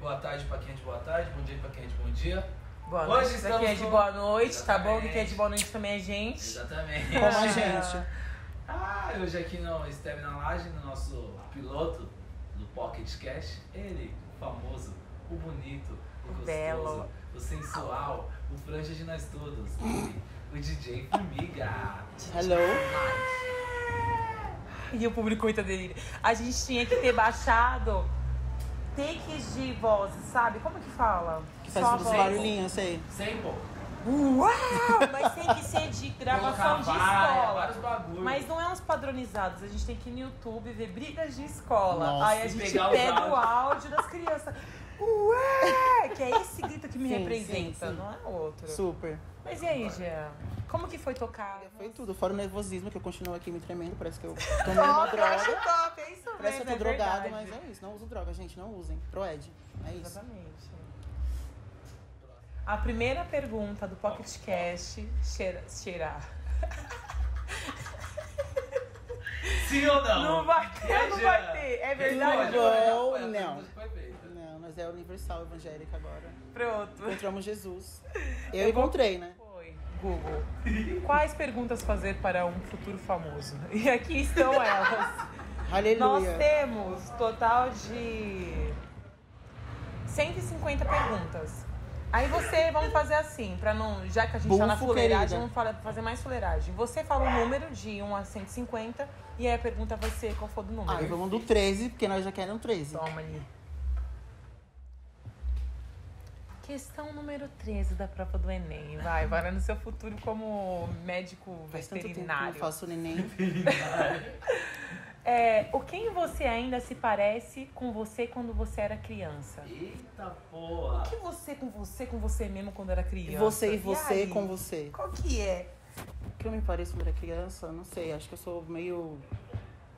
boa tarde pra quem é de boa tarde, bom dia pra quem é de bom dia. Boa Hoje noite pra estamos quem é de com- boa noite, tá bom? Exatamente. Quem é de boa noite também é gente. Exatamente. Como a Ah. gente. Ah, hoje aqui no Esteve na Laje, no nosso piloto do Pocket Cash, ele, o famoso, o bonito, o, O gostoso, belo. o sensual, o franja de nós todos, ele, o DJ Formiga. Hello. E o público muito dele. A gente tinha que ter baixado takes de vozes, sabe? Como que fala? Que Só faz a uns voz. barulhinhos, sei. Sample. Uau! Mas tem que ser de gravação de Colocar vaia, Vários escola. bagulhos. Mas não é uns padronizados, a gente tem que ir no YouTube ver brigas de escola. Nossa, Aí a e gente pegar os pega o áudios. áudio das crianças. Ué! Que é esse grito que me Sim, representa, sim, sim. não é outro. Super. Mas e aí, Jean? Como que foi tocar? Foi tudo, fora o nervosismo, que eu continuo aqui me tremendo, parece que eu tomei uma droga. top, é isso mesmo. Parece que eu é tô drogado, verdade. mas é isso. Não usam droga, gente, não usem. Proed. É isso. Exatamente. A primeira pergunta do Pocket Cash cheira, cheirar. Sim ou não? Não vai ter, É, não Jean. vai ter. É verdade? Não, já foi, Não, a pergunta não. foi feita. Não, nós é universal evangélica agora. Pronto. Encontramos Jesus. Eu encontrei, né? Foi. Google. Quais perguntas fazer para um futuro famoso? E aqui estão elas. Nós Aleluia. temos total de 150 perguntas. Aí você, vamos fazer assim, pra não. Já que a gente tá na Bufo, fuleiragem, querida. vamos fala- fazer mais fuleiragem. Você fala o número de 1 a 150 e aí a pergunta vai ser qual foi do número. Aí vamos do 13, porque nós já queremos 13. Toma ali. Questão número 13 da prova do Enem. Vai, vai no seu futuro como médico Faz tanto tempo que eu não veterinário. faço neném. É, o quem você ainda se parece com você quando você era criança? Eita porra. O que você com você, com você mesmo quando era criança? Você e você aí? com você. Qual que é? O que eu me pareço quando era criança? Não sei, acho que eu sou meio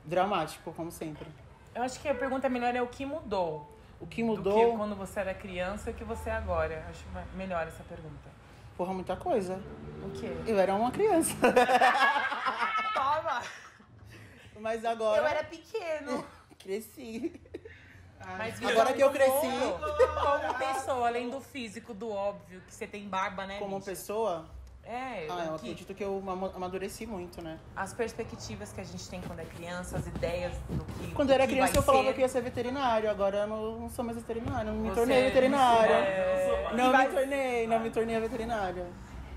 dramático, como sempre. Eu acho que a pergunta melhor é o que mudou. O que Do que mudou, quando você era criança e o que você é agora. Acho ma- melhor essa pergunta. porra, muita coisa. O quê? Eu era uma criança. Toma! Mas agora. pequeno. Cresci. Ah. Mas Agora visão que eu do cresci. mundo, Como pessoa, além do físico, do óbvio, que você tem barba, né? Como bicha? pessoa, É, ah, eu que acredito que eu ama- amadureci muito, né? as perspectivas que a gente tem quando é criança, as ideias do que. Quando do eu era que criança, vai eu falava ser. que ia ser veterinário, agora eu não, não sou mais veterinário, não me Você tornei é veterinária. É. Não me tornei, não me tornei a veterinária.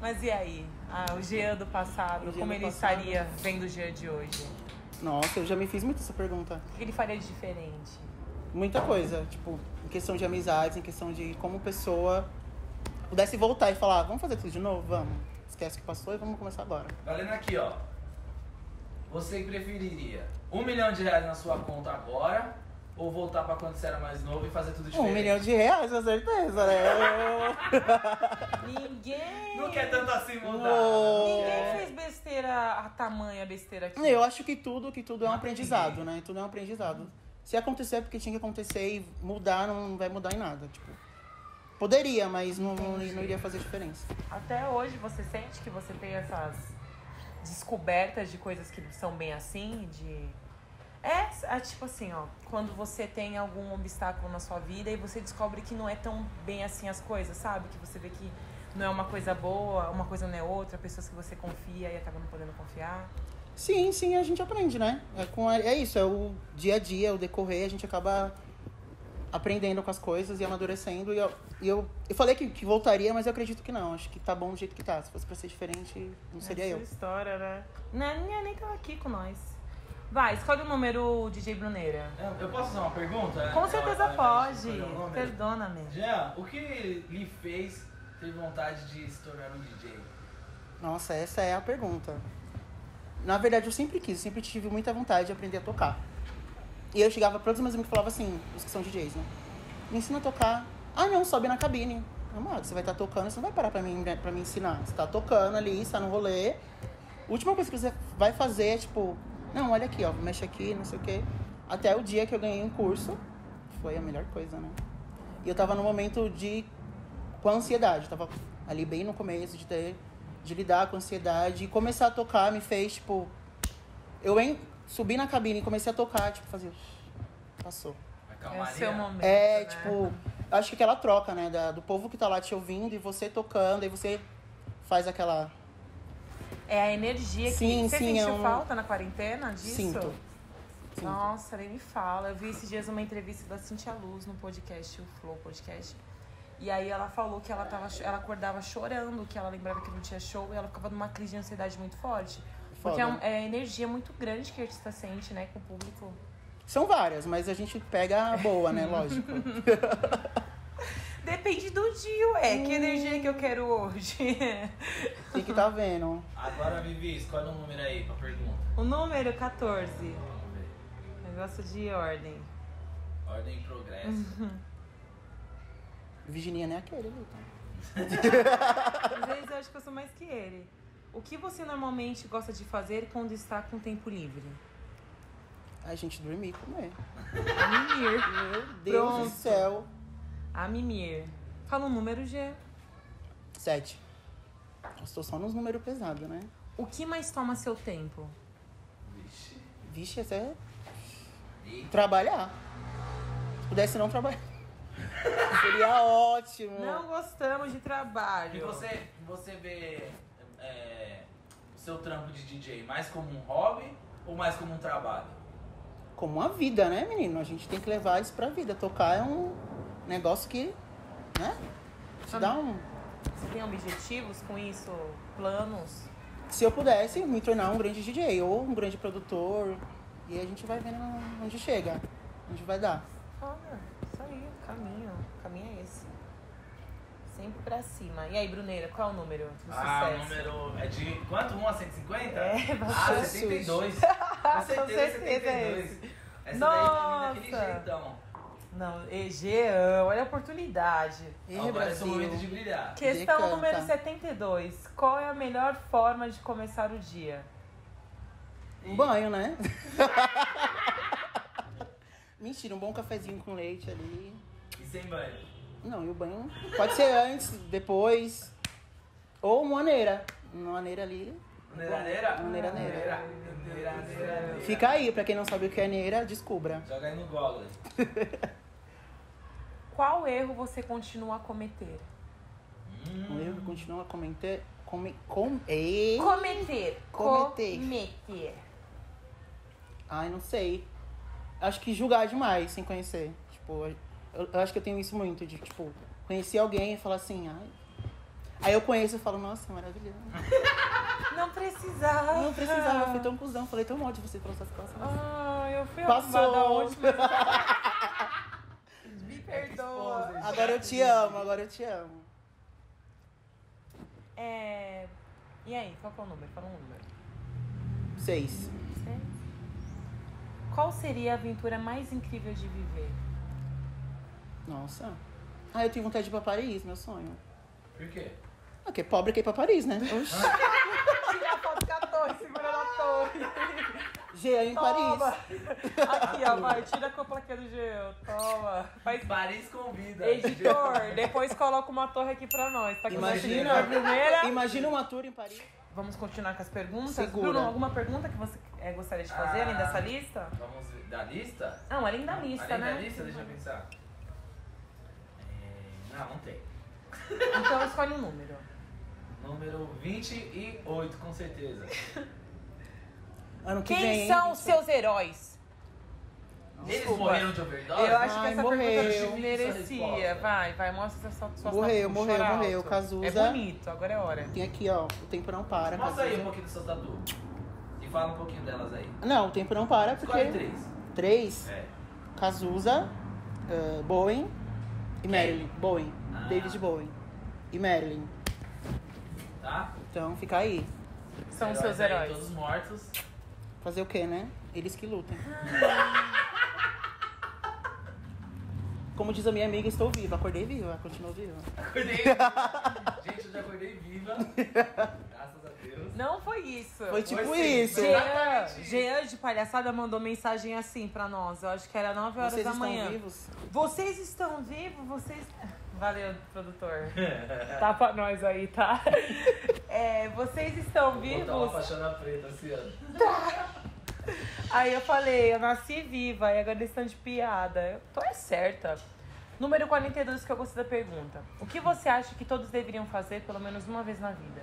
Mas e aí? Ah, o Jean do O passado, Jean como do ele passado. estaria vendo o Jean de hoje? Nossa, eu já me fiz muito essa pergunta. O que ele faria de diferente? Muita coisa, tipo, em questão de amizades, em questão de como pessoa pudesse voltar e falar, vamos fazer tudo de novo? Vamos. Esquece o que passou e vamos começar agora. Valendo Tá aqui, ó. Você preferiria um milhão de reais na sua conta agora ou voltar pra quando você era mais novo e fazer tudo diferente? Um milhão de reais, com certeza, né? Ninguém! Não quer tanto assim mudar. Uou. Ninguém fez besteira a tamanha besteira aqui. é. Eu, eu acho que tudo, que tudo é um Não aprendizado, tem. né? Tudo é um aprendizado. Se acontecer é porque tinha que acontecer e mudar, não vai mudar em nada, tipo. Poderia, mas não, não, não iria fazer diferença. Até hoje você sente que você tem essas descobertas de coisas que são bem assim, de é, é tipo assim, ó, quando você tem algum obstáculo na sua vida e você descobre que não é tão bem assim as coisas, sabe? Que você vê que não é uma coisa boa, uma coisa não é outra, pessoas que você confia e acaba não podendo confiar. Sim, sim, a gente aprende, né? É, com a- é isso, é o dia a dia, é o decorrer, a gente acaba aprendendo com as coisas e amadurecendo. E eu, e eu, eu falei que, que voltaria, mas eu acredito que não. Acho que tá bom do jeito que tá. Se fosse pra ser diferente, não seria é eu. história, né? Não, nem, nem tava aqui com nós. Vai, escolhe o número DJ Bruneira. Eu- Eu posso fazer uma pergunta? Com Eu- certeza ao invés de pode. escolher um número. Perdona-me. Jean, o que lhe fez ter vontade de se tornar um DJ? Nossa, essa é a pergunta. Na verdade, eu sempre quis, sempre tive muita vontade de aprender a tocar. E eu chegava para os meus amigos e falava assim, os que são DJs, né? Me ensina a tocar. Ah, não, sobe na cabine. Amado, você vai estar tocando, você não vai parar para mim, pra me ensinar. Você tá tocando ali, está no rolê. Última coisa que você vai fazer é tipo, não, olha aqui, ó, mexe aqui, não sei o quê. Até o dia que eu ganhei um curso, foi a melhor coisa, né? E eu tava num momento de com ansiedade, tava ali bem no começo de ter de lidar com ansiedade e começar a tocar me fez tipo eu en... subi na cabine e comecei a tocar, tipo, fazer passou. A É o calmaria? seu momento. É, né? tipo, Eu acho que aquela troca, né? da- do povo que tá lá te ouvindo e você tocando, aí você faz aquela. É a energia que Sim, você sim, é sentiu um- falta na quarentena disso? Sinto. Sinto. Nossa, nem me fala. Eu vi esses dias uma entrevista da Cintia Luz no podcast, o Flow Podcast. E aí ela falou que ela, tava, cho- ela acordava chorando, que ela lembrava que não tinha show e ela ficava numa crise de ansiedade muito forte. Porque é, um- Foda. é a energia muito grande que o artista sente, né, com o público. São várias, mas a gente pega a boa, né? Lógico. Depende do dia, ué. Hum. Que energia que eu quero hoje? Tem que tá vendo. Agora, Vivi, escolhe um número aí pra pergunta. o número 14. Vamos ver. Negócio de ordem. Ordem e Uhum. progresso. Virginia nem é aquele ali, tá? Às vezes eu acho que eu sou mais que ele. O que você normalmente gosta de fazer quando está com tempo livre? A gente dormir e comer. A mimir. Meu Deus Pronto. do céu. A mimir. Fala um número, G. Sete. Eu estou só nos números pesados, né? O que mais toma seu tempo? Vixe. Vixe, até Eita. trabalhar. Se pudesse não trabalhar. Seria ótimo. Não gostamos de E trabalho. você, você vê é, o seu trampo de DJ mais como um hobby ou mais como um trabalho? Como uma vida, né, menino? A gente tem que levar isso pra vida. Tocar é um negócio que, né? Te dá um. Você tem objetivos com isso? Planos? Se eu pudesse me tornar um grande DJ ou um grande produtor. E a gente vai vendo onde chega, onde vai dar. Olha, isso aí, o caminho. O caminho é esse. Sempre pra cima. E aí, Bruneira, qual é o número do Ah, o sucesso? número é de quanto? 1 a 150? É, Ah, bastante. 72. Com Com certeza, certeza é 72. esse. Essa Nossa! daí tá vindo daquele jeitão. Não, Egeão, olha a oportunidade. E Agora é seu Brasil. momento de brilhar. Questão Decanta. número 72. Qual é a melhor forma de começar o dia? Um banho, né? Mentira, um bom cafezinho com leite ali. E sem banho. Não, e o banho pode ser antes, depois. Ou uma maneira. Uma maneira ali. Neiraneira? Neira, neira. Neira, neira, neira. Fica aí, pra quem não sabe o que é neira, descubra. Joga aí no Google. Qual erro você continua a cometer? Um erro que continua a comentar. Come, com, ei. Cometer. Cometer. Cometer. Ai, não sei. Acho que julgar demais sem conhecer. Tipo, eu, eu acho que eu tenho isso muito, de, tipo, conhecer alguém e falar assim, ai. Aí eu conheço e falo, nossa, maravilhoso. Não precisava. Não precisava, fui tão cuzão, falei tão mal de você pela sua situação. Ah, eu fui Passou. arrombada ontem. mas- Me perdoa. Agora eu te amo, agora eu te amo. É... E aí, qual que é o número? Fala um número. Seis. Qual seria a aventura mais incrível de viver? Nossa. Ah, eu tenho vontade de ir pra Paris, meu sonho. Por quê? Ah, que pobre que ir pra Paris, né? Oxi. Tira a foto com a torre, segura na torre. Jean em Toma. Paris. Aqui, ó, vai, tira a plaquinha do Geo. Toma. Faz Paris convida. Editor, depois coloca uma torre aqui pra nós. Tá com Imagina. a primeira. Imagina uma tour em Paris. Vamos continuar com as perguntas. Segura. Bruno, alguma pergunta que você eh, gostaria de fazer Ah. além dessa lista? Vamos ver. Da lista? Não, além da lista, Além né? da lista, deixa eu pensar. É, Não, não tem. Então escolhe um número. Número 28, com certeza. Ano que vem. Quem hein? são os seus heróis? Eles Desculpa. morreram de overdose? eu acho que Ai, essa pergunta né? morreu. merecia. Vai, vai, mostra essa sua sua Morreu, tatu, morreu, chora morreu. alto. Cazuza. É bonito, agora é hora. Tem aqui, ó. O tempo não para. Mostra aí um Cazuza. pouquinho das suas tatu. E fala um pouquinho delas aí. Não, o tempo não para Escolhe porque. três. Três. É. Cazuza, ah, Bowen e Marilyn. Bowen. Ah. David Bowen. E Marilyn. Tá? Então fica aí. São os seus aí, heróis. Todos mortos. Fazer o quê, né? Eles que lutem. Como diz a minha amiga, estou viva. Acordei viva, continuo viva. Acordei. Gente, eu já acordei viva. Graças a Deus. Não foi isso. Foi tipo sim, isso. foi Jean, exatamente isso. Jean de palhaçada mandou mensagem assim pra nós. Eu acho que era 9 horas Vocês da estão manhã. vivos? Vocês estão vivos? Vocês. Valeu, produtor. tá pra nós aí, tá? É, vocês estão Vou botar uma vivos? faixona preta assim, ó. Aí eu falei, eu nasci viva, e agora eles estão de piada. Eu tô é certa. Número 42 que eu gostei da pergunta. O que você acha que todos deveriam fazer pelo menos uma vez na vida?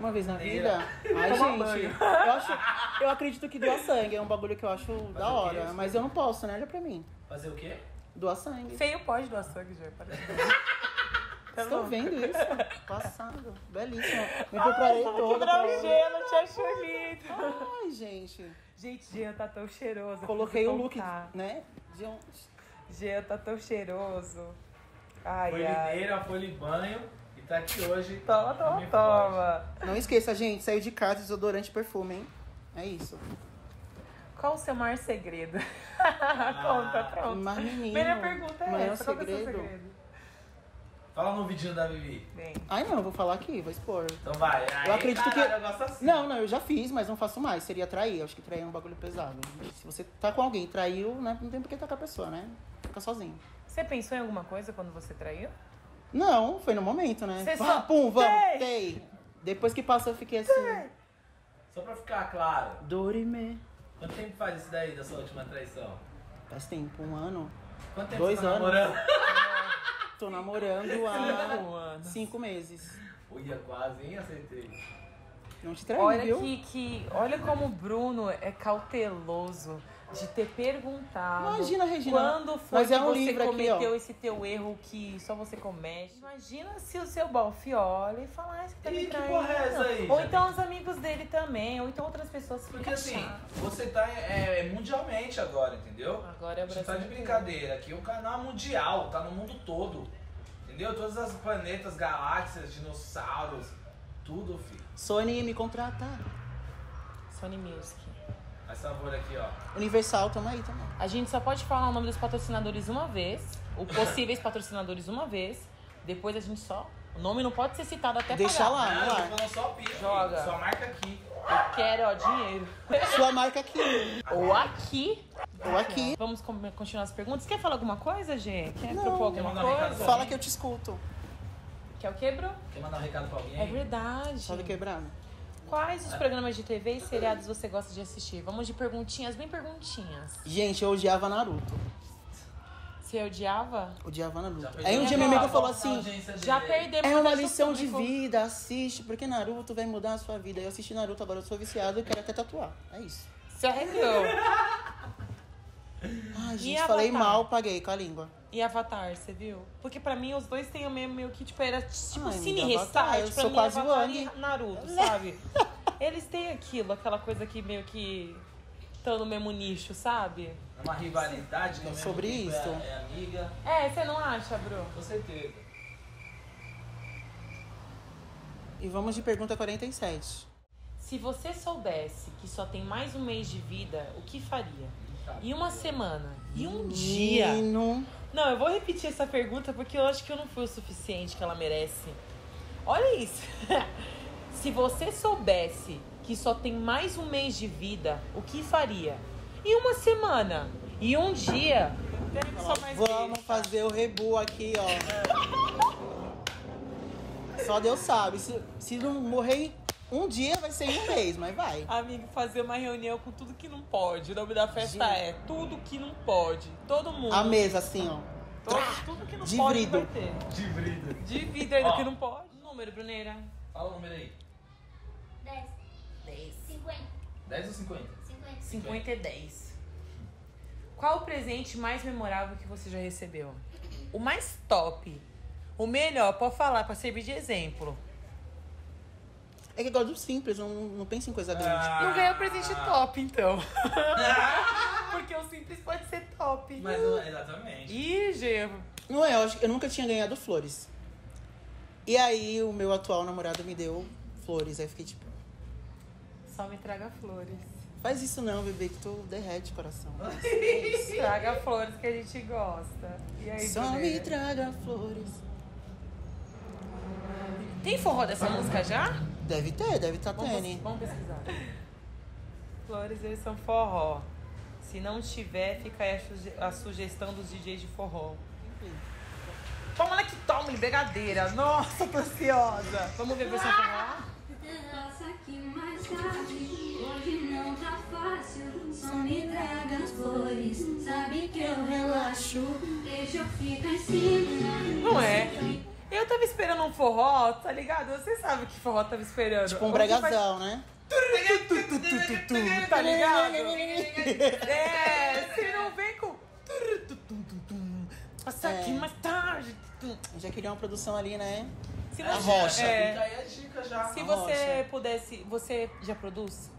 Uma vez na Maneira. vida. Ai, Tomar gente. banho. Eu, acho, eu acredito que doar sangue é um bagulho que eu acho da eu hora. queria isso mas eu não posso, né? Olha pra mim. Fazer o quê? Doar sangue. Feio pode doar sangue, já. Tá Vocês estão vendo isso? Passado. Belíssimo. Me preparei toda. Quebrar pra- o gelo, te acho lindo. Ai, gente. Gente, Jean tá tão cheiroso. eu Coloquei o preciso look, contar. né? De um- Jean tá tão cheiroso. Ai, Foi ai. mineira, foi libanho e tá aqui hoje. Toma, Não toma, me toma. Não esqueça, gente. Saiu de casa desodorante e perfume, hein? É isso. Qual o seu maior segredo? Ah, Conta, pronto. Mas, menino, Primeira pergunta é maior essa. Qual que é o seu um segredo? segredo? foge. Fala no vidinho da Vivi. Bem, Ai, não. Eu vou falar aqui. Vou expor. Então vai. Aí, acredito que- caralho, Eu gosto assim. Não, não, eu já fiz, mas não faço mais. Seria trair. Eu acho que trair é um bagulho pesado. Se você tá com alguém e traiu, né, não tem por que tá com a pessoa, né? Fica sozinho. você pensou em alguma coisa quando você traiu? Não, foi no momento, né? Você Pá, só- Pum, vamos, Tem! tem. Depois que passou, eu fiquei assim. Só pra ficar claro, Dorime. quanto tempo faz isso daí da sua última traição? Faz tempo, um ano. Quanto tempo Dois você tá anos. namorando? Tô namorando há ano. cinco meses. Uia, quase, hein? Acertei. Não te traí, Olha viu? que, que- olha como o Bruno é cauteloso de ter perguntado. Imagina, Regina, Quando foi mas que é um você livro aqui, cometeu ó. esse teu erro que só você comete? Imagina se o seu balfe olha e fala, ah, você tá Ih, me que traindo. porra é essa aí, Ou gente? então os amigos dele também, ou então outras pessoas. Porque Fica assim, chato. você tá é, é, mundialmente agora, entendeu? Agora é o Você tá Brasil de inteiro. brincadeira. Aqui é um canal mundial, tá no mundo todo. Entendeu? Todas as planetas, galáxias, dinossauros, tudo, filho. Sony me contrata. Sony Music. Faz favor aqui, ó. Universal, tamo aí também. A gente só pode falar o nome dos patrocinadores uma vez, ou possíveis patrocinadores uma vez. Depois a gente só. O nome não pode ser citado até Deixa pagar. lá, não, Ah, eu vamos tô lá. falando só o piso, Joga. filho. Só marca aqui. Eu quero, ó, dinheiro. Sua marca aqui. Ou aqui. Ou aqui. Vamos com- continuar as perguntas. Quer falar alguma coisa, Gê? Quer Não. propor Quer alguma mandar um recado? coisa? Fala que eu te escuto. Quer o quebro? Quer mandar um recado pra alguém? É verdade. Sabe quebrado? Quais os programas de TV e seriados você gosta de assistir? Vamos de perguntinhas, bem perguntinhas. Gente, eu odiava Naruto. Você odiava? Odiava Naruto. Já perdeu Aí um dia a minha amiga bola, falou nossa assim: audiência Já dele. perdemos. é uma nosso lição de público. vida, assiste, porque Naruto vai mudar a sua vida. Eu assisti Naruto, agora eu sou viciado e quero até tatuar. É isso. Se arrepiou. Ai, gente, Avatar? falei mal, paguei com a língua. E Avatar, você viu? Porque pra mim os dois têm o mesmo meio que, tipo, era tipo Ai, Cine amiga, Avatar, Restart, eu pra sou mim quase Avatar Wang. e Naruto, sabe? Eles têm aquilo, aquela coisa que meio que estão no mesmo nicho, sabe? É uma rivalidade que ao mesmo Sobre tempo é- isso. É, amiga. É, você não acha, Bru? Com certeza. E vamos de pergunta 47. Se você soubesse que só tem mais um mês de vida, o que faria? Tá. E uma semana? E um dia? Menino. Não, eu vou repetir essa pergunta porque eu acho que eu não fui o suficiente que ela merece. Olha isso. Se você soubesse que só tem mais um mês de vida, o que faria? E uma semana? E um dia? Só mais um. Vamos fazer o rebu aqui, ó. Só Deus sabe. Se, se não morrer um dia, vai ser em um mês, mas vai. Amigo, fazer uma reunião com tudo que não pode. O nome da festa é tudo que não pode. Todo mundo. A mesa, assim, ó. Todo- tudo que não De pode vidro. vai ter. De briga. De vida ainda Ó. que não pode. Número, Bruneira. Fala o número aí. 10, 50, 10 ou 50? 50. 50 e 10. Qual o presente mais memorável que você já recebeu? O mais top. O melhor, pode falar, pra servir de exemplo. É que eu gosto do simples, não, não penso em coisa grande. Ah. Não ganhou presente top, então. Porque o simples pode ser top. Mas não- exatamente. Ih, Gê. Não é, eu, acho que eu nunca tinha ganhado flores. E aí o meu atual namorado me deu flores. Aí eu fiquei tipo, Só me traga flores. faz isso não, bebê, que tu derrete o coração. Traga flores que a gente gosta. E aí, Só me Bruneira? traga flores. Tem forró dessa música já? Deve ter, deve estar tá Vamos, tendo. vamos pesquisar. Flores, eles são forró. Se não tiver, fica aí a, suge- a sugestão dos DJs de forró. Toma lá que toma, brigadeira. Nossa, tô ansiosa. Vamos ver a versão forró? Passa aqui mais tarde, hoje não tá fácil. fácil, só me traga as flores. Sabe que eu relaxo, deixa eu ficar em cima. Não é? Eu tava esperando um forró, tá ligado? Você sabe que forró tava esperando. Tipo um Ou que faz- bregazão, né? Tá ligado? É, se não vem com. Passa É. aqui mais tarde. Já queria uma produção ali, né? Se A você- rocha. é, Fica aí a dica já. se a você rocha. pudesse. Você já produz?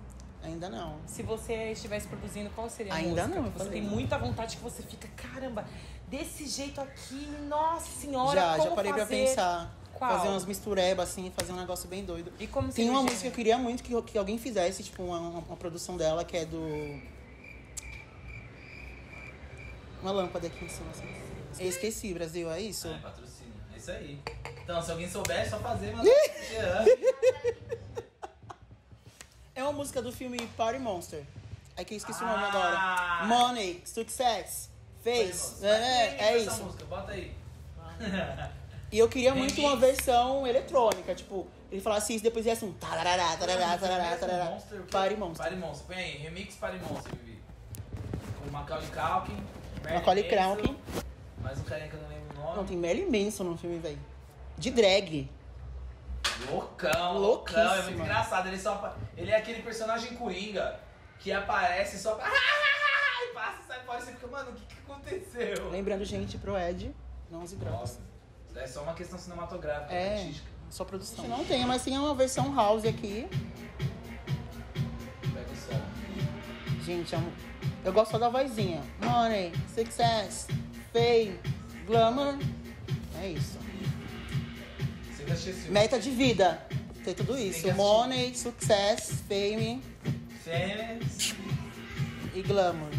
Ainda não. Se você estivesse produzindo, qual seria a Ainda música não, eu que você falei, tem não. muita vontade que você fica, caramba, desse jeito aqui, nossa senhora, já, como já parei pra fazer? pensar. Qual? Fazer umas misturebas, assim, fazer um negócio bem doido. E como Tem seria uma o música que eu gênero? queria muito que, que alguém fizesse, tipo, uma, uma- uma produção dela, que é do. Uma lâmpada aqui em cima, assim. Eu esqueci, Brasil, é isso? É, patrocínio. É isso aí. Então, se alguém souber, é só fazer, mas. é. Jean. É uma música do filme Party Monster. É que eu esqueci o nome Ah! agora. Money, Success, Face. Vai, né, né? vai, É, essa isso. música, Bota aí. E eu queria muito Remix. uma versão eletrônica, tipo, ele falasse isso depois ia assim. Tarará, tarará, tarará, tarará. Monster, o quê? Party Monster. Party Monster. Põe aí, remix Party Monster, Vivi. Com Macaulay Culkin. Merlin Macaulay Manson, Culkin. Mais um carinha que eu não lembro o nome. Não, tem Merlin Manson no filme, velho. De drag. Loucão, loucão. É muito Louquíssima. engraçado. Ele, só, apa- ele é aquele personagem coringa que aparece e só. e passa e sai fora. E você fica, mano, o que, que aconteceu? Lembrando, gente, pro Ed, não use drogas. Nossa, é só uma questão cinematográfica, É, artística. só produção. Não tem, mas tem uma versão house aqui. Pega o som. Gente, é um- eu gosto só da vozinha. Money, success, fame, glamour. É isso. Você que assistiu esse filme. Meta de vida. Tem tudo isso. que assistir. Money, success, fame Fêmeas. e glamour.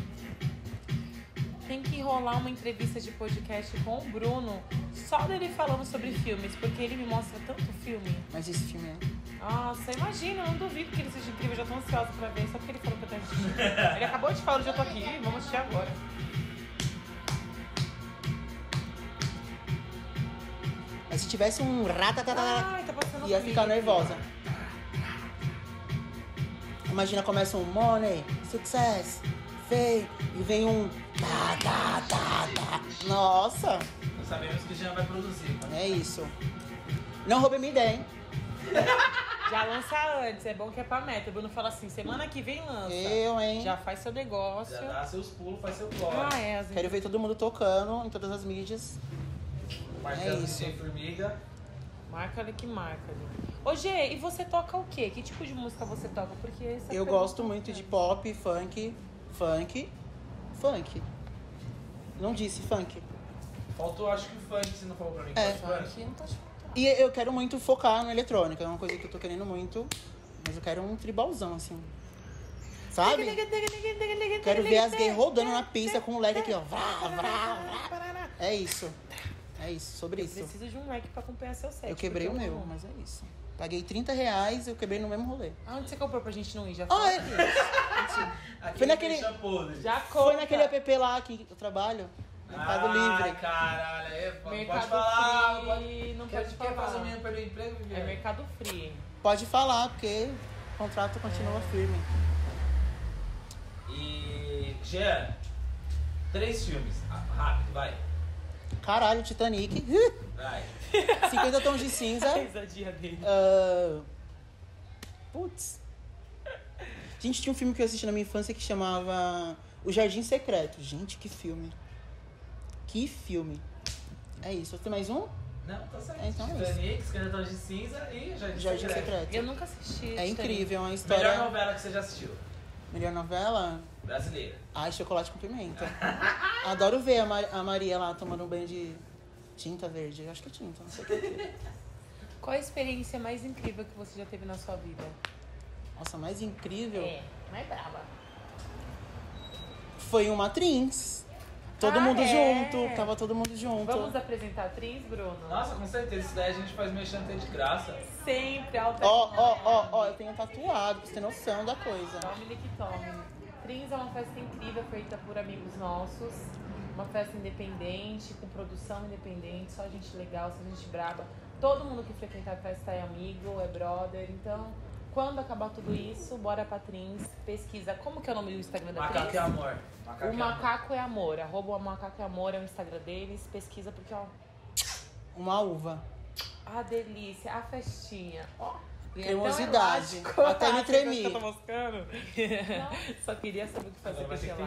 Tem que rolar uma entrevista de podcast com o Bruno, só dele falando sobre filmes, porque ele me mostra tanto filme. Mas esse filme é. Nossa, imagina, eu não duvido que ele seja incrível, eu já tô ansiosa pra ver, só porque ele falou que eu tenho que assistir. Ele acabou de falar, eu já tô aqui, vamos assistir agora. Mas se tivesse um ratatatá, Ai, tá passando ia clipe. ficar nervosa. Imagina, começa um money, success, fame e vem um. Tá, tá, tá, tá. Nossa! Nós sabemos que o Jean vai produzir. mano. É isso. Não roubei minha ideia, hein? Já lança antes, é bom que é pra meta. O Bruno fala assim, semana que vem lança. Eu, hein? Já faz seu negócio. Já dá seus pulos, faz seu plot. Ah, é, as Quero ver todo mundo tocando em todas as mídias. Marcelo é de isso. Sem Formiga. Marca ali que marca ali. Ô, Gê, e você toca o quê? Que tipo de música você toca? Porque essa Eu pergunta- é. gosto né? muito de pop, funk, funk, funk. Não disse funk. Faltou, acho que o funk, você não falou pra mim. É, Pode, Aqui não tô tá te falando. E eu quero muito focar no eletrônico, é uma coisa que eu tô querendo muito. Mas eu quero um tribalzão, assim. Sabe? Quero ver as gays rodando na pista com o leque aqui, ó. Vrá, vrá, vrá. É isso. É isso, sobre Eu isso. preciso de um like pra acompanhar seu set. Eu quebrei o porque eu meu, não- mas é isso. Paguei 30 reais e eu quebrei no mesmo rolê. Ah, onde você comprou pra gente não ir? Já Ah, fala é? aqui. Aquele Foi naquele- deixa podre. Já Foi conta. naquele app lá que eu trabalho, Mercado Ai, Livre. Ah, caralho. É, pode Mercado falar. Free, pode... não quer, pode Quer falar. fazer um menino pelo emprego, Vivi? É Mercado Free. Pode falar, porque o contrato continua firme. E... Jean, três filmes. Ah, Rápido, vai. Caralho, Titanic. Vai. 50 tons de cinza. A risadinha dele. Ah, Putz. Gente, tinha um filme que eu assisti na minha infância que chamava O Jardim Secreto. Gente, que filme. Que filme. É isso. Tem mais um? Não, tá certo. Então é isso. Titanic, Escândalo de Cinza e Jardim, Jardim Secreto. Secreto. Eu nunca assisti. É Titanic. incrível, é uma Melhor história. novela que você já assistiu. Melhor novela? Brasileira. Ai, chocolate com pimenta. Adoro ver a, Ma- a Maria lá tomando um banho de tinta verde. Eu acho que é tinta, não sei o que. Qual a experiência mais incrível que você já teve na sua vida? Nossa, mais incrível. É. mais brava. Foi uma Trins. Todo Ah, mundo é? junto, tava todo mundo junto. Vamos apresentar a atriz, Bruno? Nossa, com certeza. Isso daí a gente faz mexendo até de graça. Sempre alta. Ó, ó, ó, ó, eu tenho tatuado, pra você ter noção da coisa. Dominic Tommy. Trins é uma festa incrível feita por amigos nossos. Uma festa independente, com produção independente, só gente legal, só gente braba. Todo mundo que frequenta a festa é amigo, é brother. Então, Quando acabar tudo isso, bora pra Trins, pesquisa. Como que é o nome do Instagram da Macaco é Trins? amor. Macaco é O amor. Macaco é Amor. Arroba o Macaco é Amor é o Instagram deles. Pesquisa porque, ó. Uma uva. A delícia, a festinha. Ó. Cremosidade. Então, Até me Acho que tremi. Eu tô moscando. Só queria saber o que fazer Ela com vai esse ter que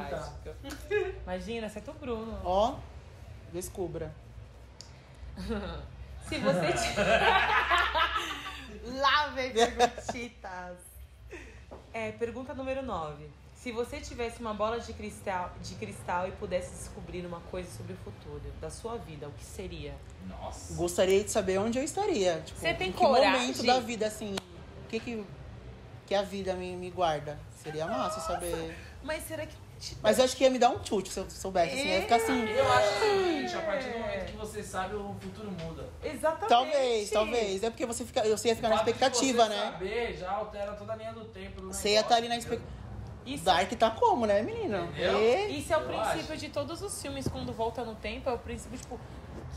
elástico. Imagina, acerta o Bruno. Ó, descubra. Se você tiver. Lá vem perguntitas. É, pergunta número 9. Se você tivesse uma bola de cristal, de cristal e pudesse descobrir uma coisa sobre o futuro da sua vida, o que seria? Nossa. Gostaria de saber onde eu estaria. Tipo, Você tem em que coragem? momento da vida, assim, o que que, que a vida me, me guarda? Seria massa saber. Mas será que te Mas eu acho que ia me dar um chute se eu soubesse, assim. Ia ficar assim, Eu acho o seguinte, a partir é. do momento que você sabe, o futuro muda. Exatamente. talvez, talvez. É porque você fica, eu sei ia ficar na O fato de expectativa, você né? saber já altera toda a linha do tempo. do Você ia estar ali na negócio, expectativa. Isso, Dark tá como, né, menino? Entendeu? E- isso é o Eu princípio de todos os filmes quando volta no tempo, é o princípio, tipo,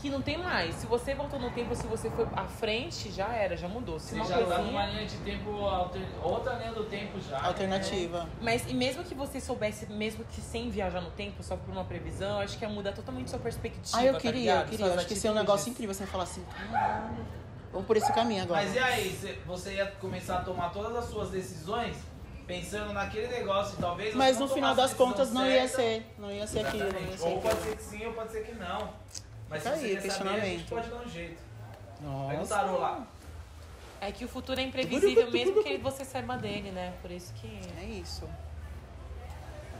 que não tem mais. Se você voltou no tempo, se você foi à frente, já era, já mudou. Se Você assim, uma já tá coisinha- numa linha de tempo, alter- outra linha do tempo já. né? Alternativa. Mas e mesmo que você soubesse, mesmo que sem viajar no tempo, só por uma previsão, eu acho que ia mudar totalmente sua perspectiva. Ah, eu tá queria, ligado? eu queria. Suas Acho que isso é um atitudes. negócio incrível, assim, falar assim, "Caralho, vamos por esse caminho agora. Mas e aí, cê- você ia começar a tomar todas as suas decisões pensando naquele negócio e talvez você Mas no tomasse final das a contas não ia decisão certa. ser. Não ia ser aquilo, não ia Exatamente. ser Ou pode aquilo. ser que sim, ou pode ser que não. Mas Fica se aí, você quer saber, a gente questionamento. pode dar um jeito. Pega o Nossa. tarô lá. É que o futuro é imprevisível, mesmo que você saiba dele, né? Por isso que. É isso.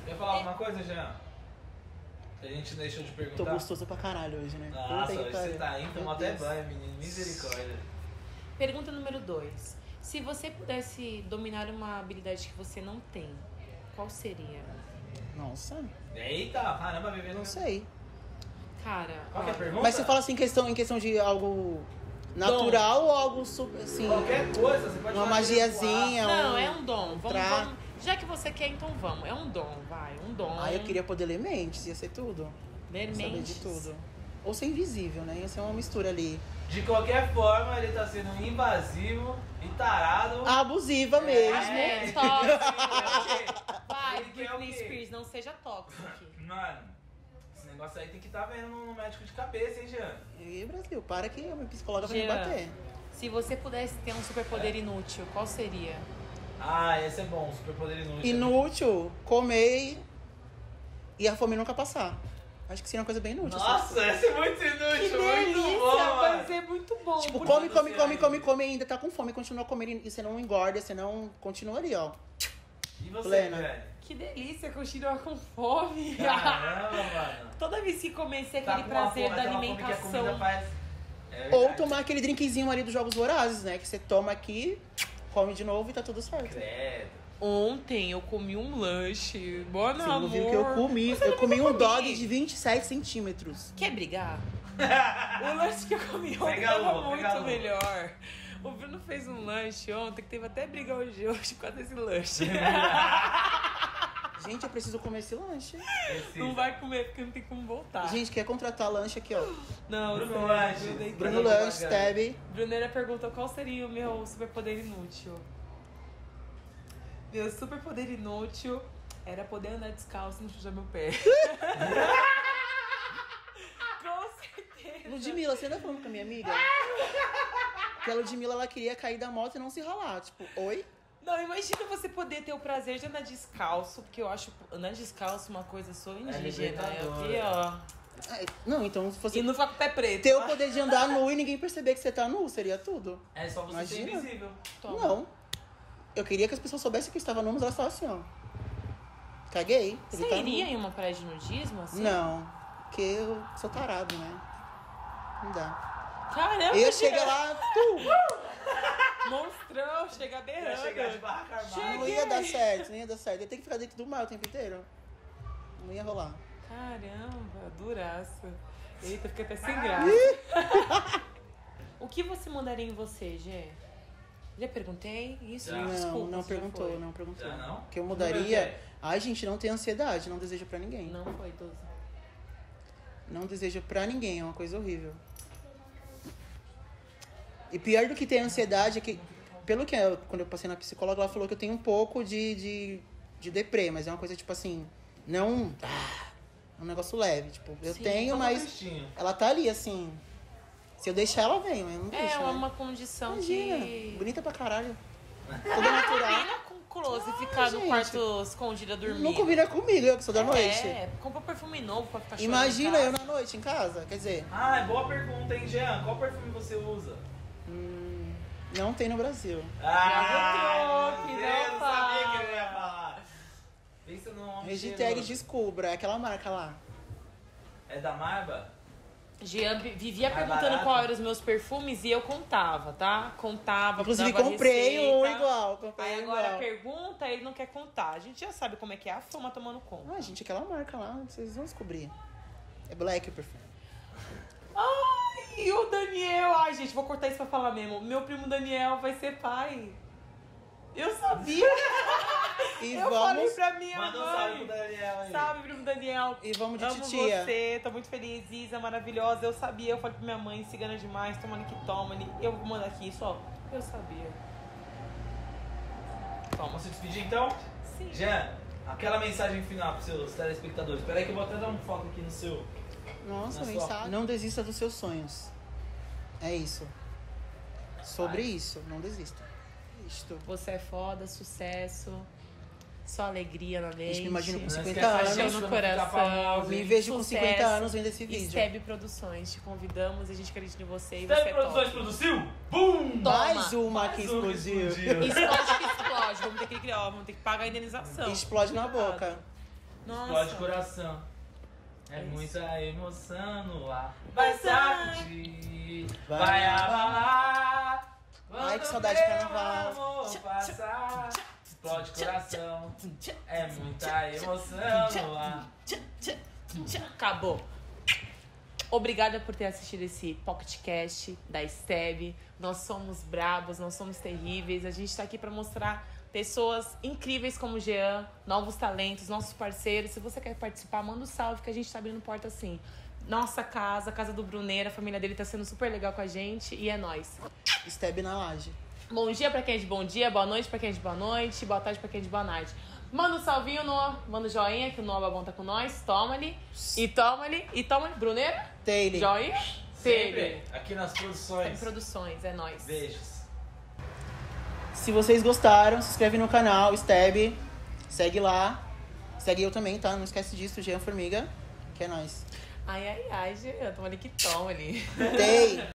Eu ia falar uma coisa, Jean? Que a gente deixou de perguntar. Tô gostoso pra caralho hoje, né? Nossa, Puta que hoje você pariu. tá indo, Meu tomou até Deus. banho, menino. Misericórdia. Pergunta número 2. Se você pudesse dominar uma habilidade que você não tem, qual seria? Nossa, Eita, caramba, bebê. não sei. Cara, Qual que é a olha, pergunta? Mas você fala assim, em questão, em questão de algo natural ou algo super, assim, Qualquer coisa, você pode uma falar direto pro ar. magiazinha. Não, um- é um dom. Vamos, Tra- vamos- Já que você quer, então vamos. É um dom, vai. Um dom. Ah, eu queria poder ler mentes, ia ser tudo. Ler Ia Saber de mentes. tudo. Ou ser invisível, né? Ia ser uma mistura ali. De qualquer forma, ele tá sendo invasivo e tarado. Abusiva Ah, mesmo. É, É. tóxico. Vai, Ele quer Britney o quê? Spears, não seja tóxico. Mano, esse negócio aí tem que tá vendo no médico de cabeça, hein, Jean? E Brasil, para que a minha psicóloga vai me Jean. bater. Se você pudesse ter um superpoder É. inútil, qual seria? Ah, esse é bom, superpoder inútil. Inútil, comer e e a fome nunca passar. Acho que seria uma coisa bem inútil. assim. Nossa, esse é muito inútil, muito bom, mano. é muito bom. Tipo, Por come, que come, você é? come, acha? come, come, ainda tá com fome, continua comendo e você não engorda, você não continua ali, ó. E você, Plena. velho? Que delícia continuar com fome. Caramba, mano. Toda vez que comecei Tá aquele com uma prazer fome, da aquela fome que a alimentação. comida faz. É verdade. Ou tomar aquele drinkzinho ali dos Jogos Vorazes, né? Que você toma aqui, come de novo e tá tudo certo. Credo. Ontem eu comi um lanche. Boa Você noite. não viu o que eu comi? Você não Eu viu o que comi eu um comi. dog de 27 centímetros. Quer brigar? o lanche que eu comi ontem Pega a tava luva, muito pega a luva. melhor. O Bruno fez um lanche ontem que teve até briga hoje, hoje por causa desse lanche. Gente, eu preciso comer esse lanche. Precisa. não vai comer porque não tem como voltar. Gente, quer contratar lanche aqui, ó. não, Bruno sério, Lanches. Bruno é Bruno Fazer Lanche, propaganda. Tab. Brunera perguntou qual seria o meu superpoder inútil. Meu superpoder inútil era poder andar descalço e não sujar meu pé. Com certeza. Ludmilla, você ainda falando com a minha amiga? Que a Ludmilla, ela queria cair da moto e não se ralar. Tipo, oi? Não, imagina você poder ter o prazer de andar descalço, porque eu acho andar descalço uma coisa só indígena. É libertador. aqui, ó. Ai, Não, então se E você não ficar com o pé preto. ter o poder de andar nu e ninguém perceber que você tá nu, seria tudo. É só você ser Imagina. invisível. Toma. Não. Eu queria que as pessoas soubessem que eu estava nu, mas elas estavam assim, ó. Caguei. ele Você tá nu. iria em uma praia de nudismo assim? Não, porque eu sou tarado, né? Não dá. Caramba, Eu Jean. chego lá, tu, Monstrão, chega Vai chegar de beirando. barra armada. É, Chega. não ia dar certo, não ia dar certo. Eu tenho que ficar dentro do mar o tempo inteiro. Não ia rolar. Caramba, duraça. Eita, fica até sem graça. o que você mandaria em você, Gê? Já perguntei isso? Já. Ah, não, Desculpa, você não já perguntou, né? foi. não perguntou. Já Ah, não? é. Que eu Número mudaria. dez. Ai, gente, não tem ansiedade, não desejo pra ninguém. Não, Não foi, 12. desejo pra ninguém, é uma coisa horrível. E pior do que ter ansiedade é que pelo que eu, quando eu passei na psicóloga, ela falou que eu tenho um pouco de, de, de deprê, mas é uma coisa tipo assim, não. ah, é um negócio leve. Tipo, eu Sim, então Só tenho, um mas trechinho. ela tá ali, assim. Se eu deixar, ela vem, mas eu não É deixo. né? uma condição Imagina, de. bonita pra caralho. Toda natural. Combina com close ficar no gente. quarto escondida dormindo. Não combina comigo, eu que sou da noite. É, compra perfume novo pra ficar chorando. tá? Imagina em eu casa. na noite em casa, quer dizer, Ah, boa pergunta, hein, Jean? Qual perfume você usa? não tem no Brasil. Já Ah, meu botou, que Deus, não eu sabia fala. que ele ia falar. Pensa num homem Hashtag cheiroso. descubra, aquela marca lá. É da Marba? Jean vi- vivia Mais perguntando Tá barato. qual eram os meus perfumes e eu contava, tá? Contava, Inclusive dava comprei receita. um igual, comprei tá? Aí um agora igual. pergunta, ele não quer contar. A gente já sabe como é que é a fama tomando conta. Ah, gente, aquela marca lá, vocês vão descobrir. É black o perfume. Ai, e o Daniel? Ai, gente, vou cortar isso pra falar mesmo. Meu primo Daniel vai ser pai. Eu sabia. E eu falei vamos pra minha Manda um salve pro mãe. Daniel aí. Salve, primo Daniel. e vamos de Amo titia. você, tô muito feliz, Isa, maravilhosa. Eu sabia, eu falei pra minha mãe, cigana demais, tomando que toma. Eu vou mandar aqui isso, ó. Eu sabia. Toma. Vamos se despedir então? Sim. Jean, aquela mensagem final pros seus telespectadores. Peraí que eu vou até dar um foco aqui no seu. Nossa, Olha nem só. sabe. Não desista dos seus sonhos. É isso. Sobre Vai. isso, não desista. Isto. Você é foda, sucesso. Só alegria na mente. Gente, me imagino com Não 50 esquece a anos. gente, Paixão quando no ficar coração. famoso, Me hein? vejo com Sucesso. 50 anos vendo esse vídeo. Esteb Produções, te convidamos, a gente acredita em você e você Teve é top. Produções produziu? Bum! Toma. Mais Mais uma que um que explodiu. Explode que explode, vamos ter que criar, ó, vamos ter que pagar a indenização. Explode na boca. Explode o Nossa, coração. É É isso. muita emoção no ar. Vai Vai sacudir, Vai vai abalar. Ai, que Quando saudade de teu carnaval. amor Tchá, passar, Explode o coração. É muita emoção no ar. Acabou. Obrigada por ter assistido esse podcast da Esteb. Nós somos brabos, nós somos terríveis. A gente tá aqui pra mostrar pessoas incríveis como o Jean, novos talentos, nossos parceiros. Se você quer participar, manda um salve que a gente tá abrindo porta assim. Nossa casa, a casa do Bruneira, a família dele tá sendo super legal com a gente e é nóis. Estebe na laje. Bom dia pra quem é de bom dia, boa noite pra quem é de boa noite, boa tarde pra quem é de boa noite. Manda um salvinho, Noah. Manda um joinha, que o Noah Babão tá com nós. Toma-lhe. E toma-lhe. E toma-lhe. Bruneira? Taylor. Joinha? Sempre Sempre. aqui nas Em produções. produções, é nóis. Beijos. Se vocês gostaram, se inscreve no canal, Steb. Segue lá. Segue eu também, tá? Não esquece disso, Jean Formiga. Que é nóis. Ai, ai, ai, Jean. Toma-lhe que toma-lhe. Tay!